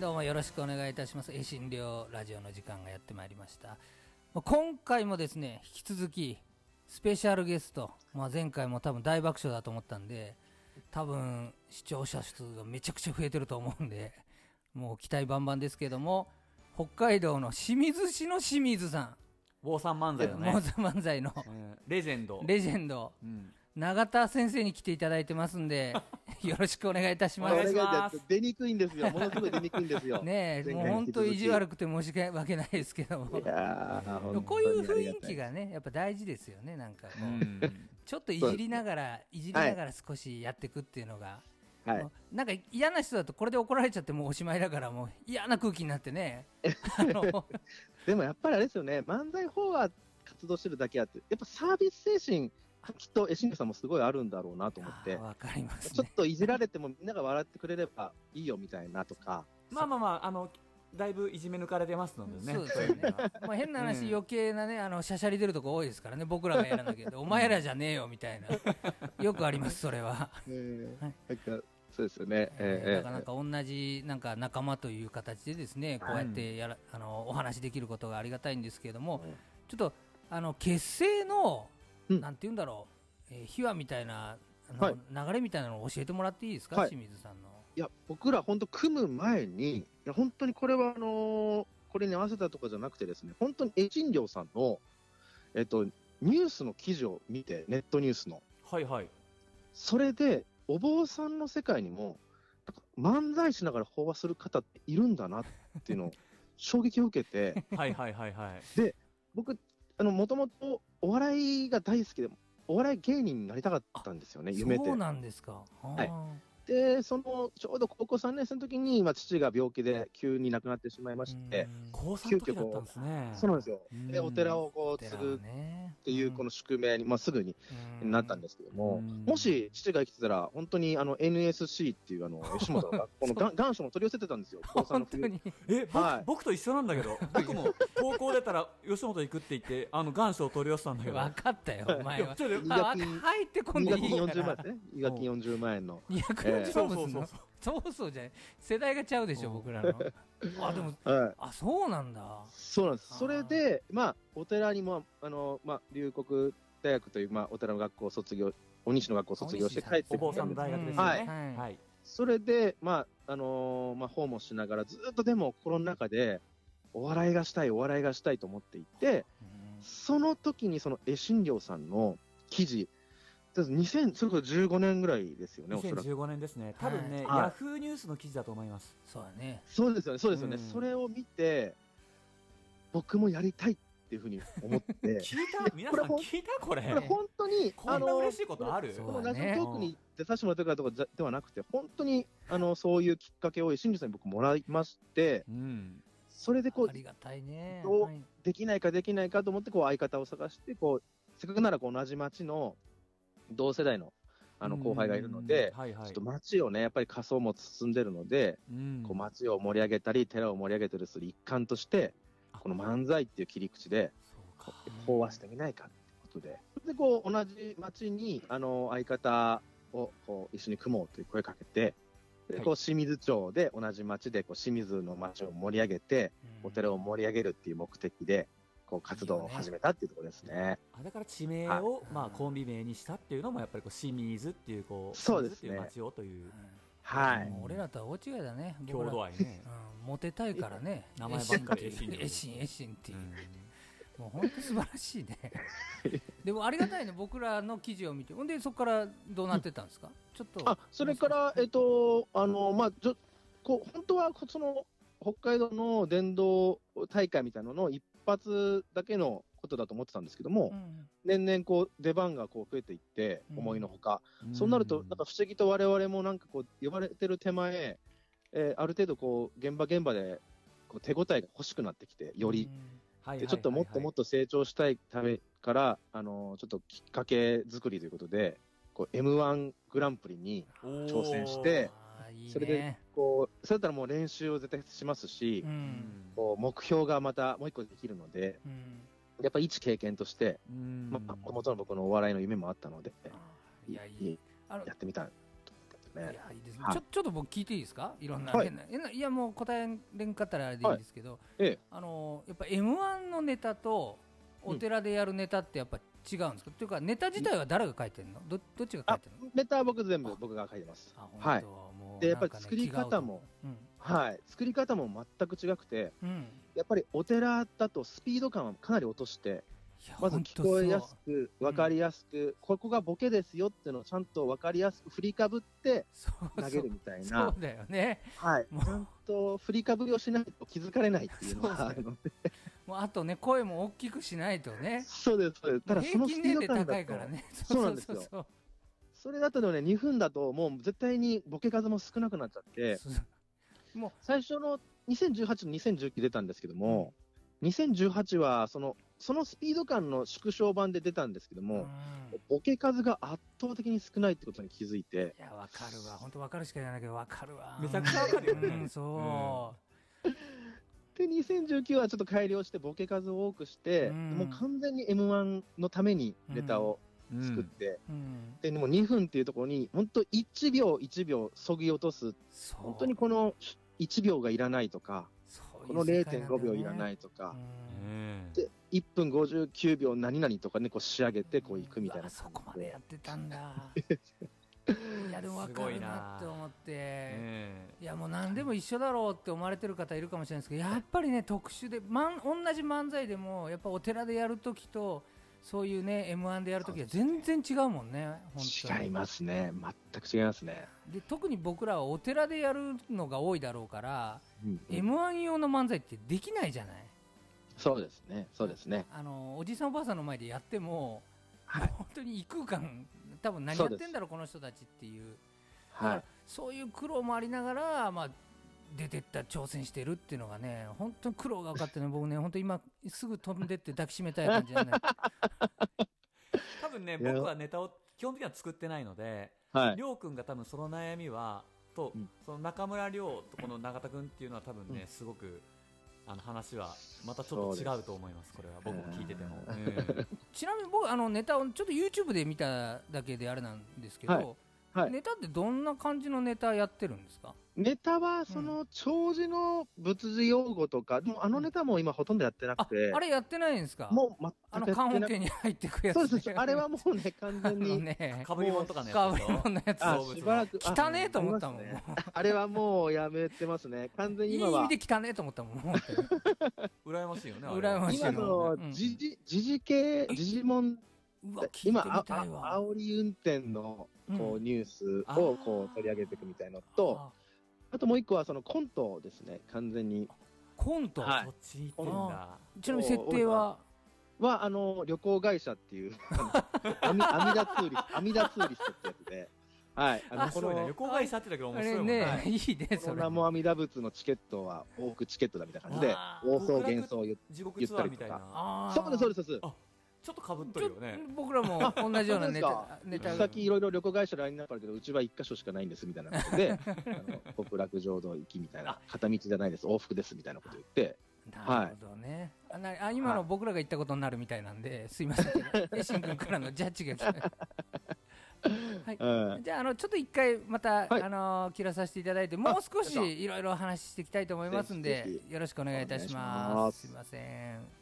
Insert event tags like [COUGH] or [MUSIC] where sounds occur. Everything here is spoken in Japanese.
どうもよろしくお願いいたします。え診療ラジオの時間がやってまいりました。もう今回もですね、引き続き、スペシャルゲスト、まあ、前回も多分大爆笑だと思ったんで、多分視聴者数がめちゃくちゃ増えてると思うんで、もう期待バンバンですけども、北海道の清水市の清水さ坊さん漫ん、才のモーね、ザ漫才のうんレジェンド、レジェンド、うん、永田先生に来ていただいてますんで、よろしくお願いいたしおま願いす。しまおす願い出にくいんですよ。ものすごい出にくいんですよ。 [LAUGHS] ねえ、前もう回に本引き当続き意地悪くて申し訳ないですけども。いやーでもこういう雰囲気。がね、やっぱ大事ですよね、なんかこう、 [LAUGHS] うんちょっといじりながら、いじりながら少しやっていくっていうのが、本当にありがたいはい。なんか嫌な人だとこれで怒られちゃってもうおしまいだから、もう嫌な空気になってね。あのでもやっぱりあれですよね、漫才法は活動してるだけあって、やっぱサービス精神、きっとエシングさんもすごいあるんだろうなと思っあてー、わかりますちょっね。といじられてもみんなが笑ってくれればいいよみたいなとか、まあまあまああのだいぶいじめ抜かれてますのでねそうですよねまあ変な話、うん余計なね、あの、しゃしゃり出るとこ多いですからね、僕らがやらなきゃ、お前らじゃねえよみたいな、よくあります、それは。はいなんかそうですよね。えーなえかなか同じなんか仲間という形でですね、こうやってやら、あのお話しできることがありがたいんですけれども、うんちょっとあの結成の、うんなんて言うんだろう、えー秘話みたいなあの、はい流れみたいなのを教えてもらっていいですか、はい清水さんの。いや、僕ら本当組む前に、いや本当にこれはあのーこれに合わせたとかじゃなくてですね、本当にエチンリョウさんの、えっと、ニュースの記事を見て、ネットニュースの。はいはいそれで、お坊さんの世界にも、漫才しながら飽和する方っているんだなってい [LAUGHS] うのを衝撃を受けて、はいはいはいはい僕、あの、もともとお笑いが大好きで、お笑い芸人になりたかったんですよね、夢でそう。なんですか。。いで、その、ちょうど高校3年生の時に、まあ、父が病気で急に亡くなってしまいまして、高三の時だったんですねそうなんですよ。うんで、お寺をこう、継ぐっていう、この宿命に、まあ、すぐになったんですすけども、うんもし父が生きてたら、本当にあの NSC っていうあの吉本が、このがん願書も取り寄せてたんですよ、高三本の当冬に。え僕,、はい僕と一緒なんだけど僕も高校出たら吉本行くって言ってあの願書を取り寄せたんだけど分かったよ、お前は。ちょっといあ、やわか入ってこん違で約いい金か40万らで。すね、違約金40万円の。ええ240万もすんのそうそうじゃない世代がちゃうでしょ、うん僕らの。あ、でも、はい、あ、そうなんだ。そうなんであーす、それで、まあ、お寺にも、あのまあ、龍谷大学という、まあ、お寺の学校を卒業、お西の学校を卒業して帰ってきおて坊さんの大学ですよね、はいはいそれで、まあ、あのーまあ、訪問しながら、ずっとでも心の中で、お笑いがしたい、お笑いがしたいと思っていて、その時にその絵心良さんの記事、だから2000それこそ15年ぐらいですよね、おそらく。 2015年ですね多分ね、はいヤフーニュースの記事だと思いますそうだね。そうですよね、そうですよね、うんそれを見て、僕もやりたいっていうふうに [LAUGHS] 思って、聞いた皆さん聞いたこれこれ本当に、こんな嬉しいことあるそうこのだラジオねトークに出させてもらったからとかじゃではなくて、本当にあのそういうきっかけを新庄さんに僕もらいまして、うんそれでこうありがたいね。どうはいできないかできないかと思ってこう相方を探してこうせっかくならこう同じ町の同世代のあの後輩がいるのでう、んはいはちいょっと町をねやっぱり仮想も進んでるので、うんこう町を盛り上げたり寺を盛り上げたりする一環としてこの漫才っていう切り口でそうか飽和してみないかってことででこう同じ町にあの相方をこう一緒に組もうという声かけて。でこう清水町で同じ町でこう清水の町を盛り上げて、お寺を盛り上げるっていう目的で、こう活動を始めたっていうところですね。あだから地名を、まあ、コンビ名にしたっていうのもやっぱりこう清水っていうこうそうですね清水っていう町をというはうんい。もう俺らとは大違いだね。僕郷ら土愛ねう、んモテたいからね。名前ばっかりエシンっていうエシン、エシンっていうう。んもう本当素晴らしい [LAUGHS] ね。でもありがたいね、僕らの記事を見て。ほんで、そこからどうなってったんですかちょっと。あ、それから、えっと、あの、まあ、ちょ、こう、本当は、その、北海道の電動大会みたいなのの一発だけのことだと思ってたんですけども、うん、年々こう、出番がこう増えていって、うん思いのほか、そうなると、なんか不思議と我々もなんかこう、呼ばれてる手前、えーある程度こう、現場現場で、こう、手応えが欲しくなってきて、より、うんはいはいはいはでいちょっともっともっと成長したいためから、あのちょっときっかけ作りということで、こう M1 グランプリに、挑戦してあーいいねそれでこう、それだったらもう練習を絶対しますし、ううんんこう目標がまたもう一個できるので、うんやっぱり一経験として、うんまあ、もともとの僕のお笑いの夢もあったので、いやいいいいあのやってみたいと思ってですね。いやいいですねはいちょちょっと僕聞いていいですかいろんなはい変な,、変ないやもう答えれんかったらあれでいいんですけど、ええあのやっぱ m 1のネタとお寺でやるネタってやっぱ違うんですか、っていうかネタ自体は誰が書いてるのどどっちが書いあてるの、メタは僕全あ部僕が書いてます。あはい本当もうでなんかねやっぱり作り方も気が合うはい。作り方も全く違くて、とうん、うん、やっぱりお寺だとスピード感はかなり落として、いやまず聞こえやすく、んわかりやすく、ここがボケですよっていうのをちゃんとわかりやすく振りかぶって本当そう投げるみたいそうなそ、うだよねはい。もちゃんと振りかぶりをしないと気づかれないっていうのそうがあでするねの [LAUGHS] もうあとね声も大きくしないとねそうです、そうです。ただそ平のス均ピ年ー齢ド感高だいとから、ねそうなんですよそうそうそれだとね、2分だともう絶対にボケ数も少なくなっちゃって、そうそう最初の2018の2019出たんですけども、2018はその、そのスピード感の縮小版で出たんですけどうんも、ボケ数が圧倒的に少ないってことに気づいて、いや、わかるわ。本当わかるしか言わないけど、わかるわ。めちゃくちゃわかるよねうん、そで、2019はちょっと改良してボケ数を多くして、うんもう完全に M1 のためにネタをうん作って、う。うん。で、もう2分っていうところに、本当1秒1秒そぎ落とす、そう。。本当にこの1秒がいらないとか、この0.5秒いらないいとかう、んねえで1分59秒何々とかねこう仕上げてこういくみたいなうわそこまでやってたん [LAUGHS] だ。いや、でもわすかごるいななって思って。ねえいやもう何でも一緒だろうって思われてる方いるかもしれないですけどやっぱりね特殊で、まん、同じ漫才でもやっぱお寺でやるときとそういうね m 1でやるときは全然違うもんね本当に違いますね全く違いますね、で特に僕らはお寺でやるのが多いだろうから、うんうん m 1用の漫才ってできないじゃないそうですねそうですねあのおじいさんおばあさんの前でやっても、はい本当に異空間多分何やってんだろうこの人たちっていうだはかいらそういう苦労もありながら、まあ、出てった挑戦してるっていうのがね本当に苦労が分かってね僕ね本当今すぐ飛んでって抱きしめたい感じだ [LAUGHS] ね多分ねいや僕はネタを基本的には作ってないのではいりょうくんが多分その悩みはと、うんその中村亮とこの永田君っていうのは多分ね、うんすごくあの話はまたちょっと違うと思いますこれは僕も聞いてても、ううんちなみに僕あのネタをちょっと YouTube で見ただけであれなんですけど、はいはいネタってどんな感じのネタやってるんですかネタはその長寿の仏事用語とかでもあのネタも今ほとんどやってなあくてあれやってないんですかもうあの全くや関って本なく家に入ってくやつ、そうですあれはもうね完あ全のに [LAUGHS] ねかぶり物とかねかぶり物のやつあ動物のしばらくあ汚ねえと思ったもん、ありもますねあれはもうやめてますね完う全にいい今意は味で汚ねえと思ったもんもう本当に羨ましいよね羨ましい今うのん時事時事系時事問うわ聞いてみ [LAUGHS] 今たいわああ煽り運転のこうニュースあをーこう取り上げていくみたいのと、ああともう一個はそのコントですね、完全に。コント、はいそっちに行ってんだちなみに設定はは、あの、旅行会社っていう、あのアミアミダツーリスト、アミダツーリストってやつで、はい、あの、面こ白いね旅の、行会社ってだけどあ面白いれもんねねいいねこのそれ名も阿弥陀仏のチケットは往復チケットだみたいな感じであ、ー妄想幻想を言って、地獄ツアーみたい言ったなあーそうです、そうです、そうであちょっとかぶっとちるょよね僕らも同じようなネタネす。タさっきいろいろ旅行会社ラインナップあるけど、うちは一箇所しかないんですみたいなことで、あの、極楽浄土行きみたいな、片道じゃないです、往復ですみたいなこと言って、なるほどね、あなあ今の僕らが言ったことになるみたいなんですいません [LAUGHS] エシン君からのジャッジが来たはいうん、じゃあ、あの、ちょっと一回、また、はいあのー切らさせていただいて、もう少し、いろいろお話ししていきたいと思いますんでぜひぜ、よろしくお願いいたしお願まいしますす。すいません。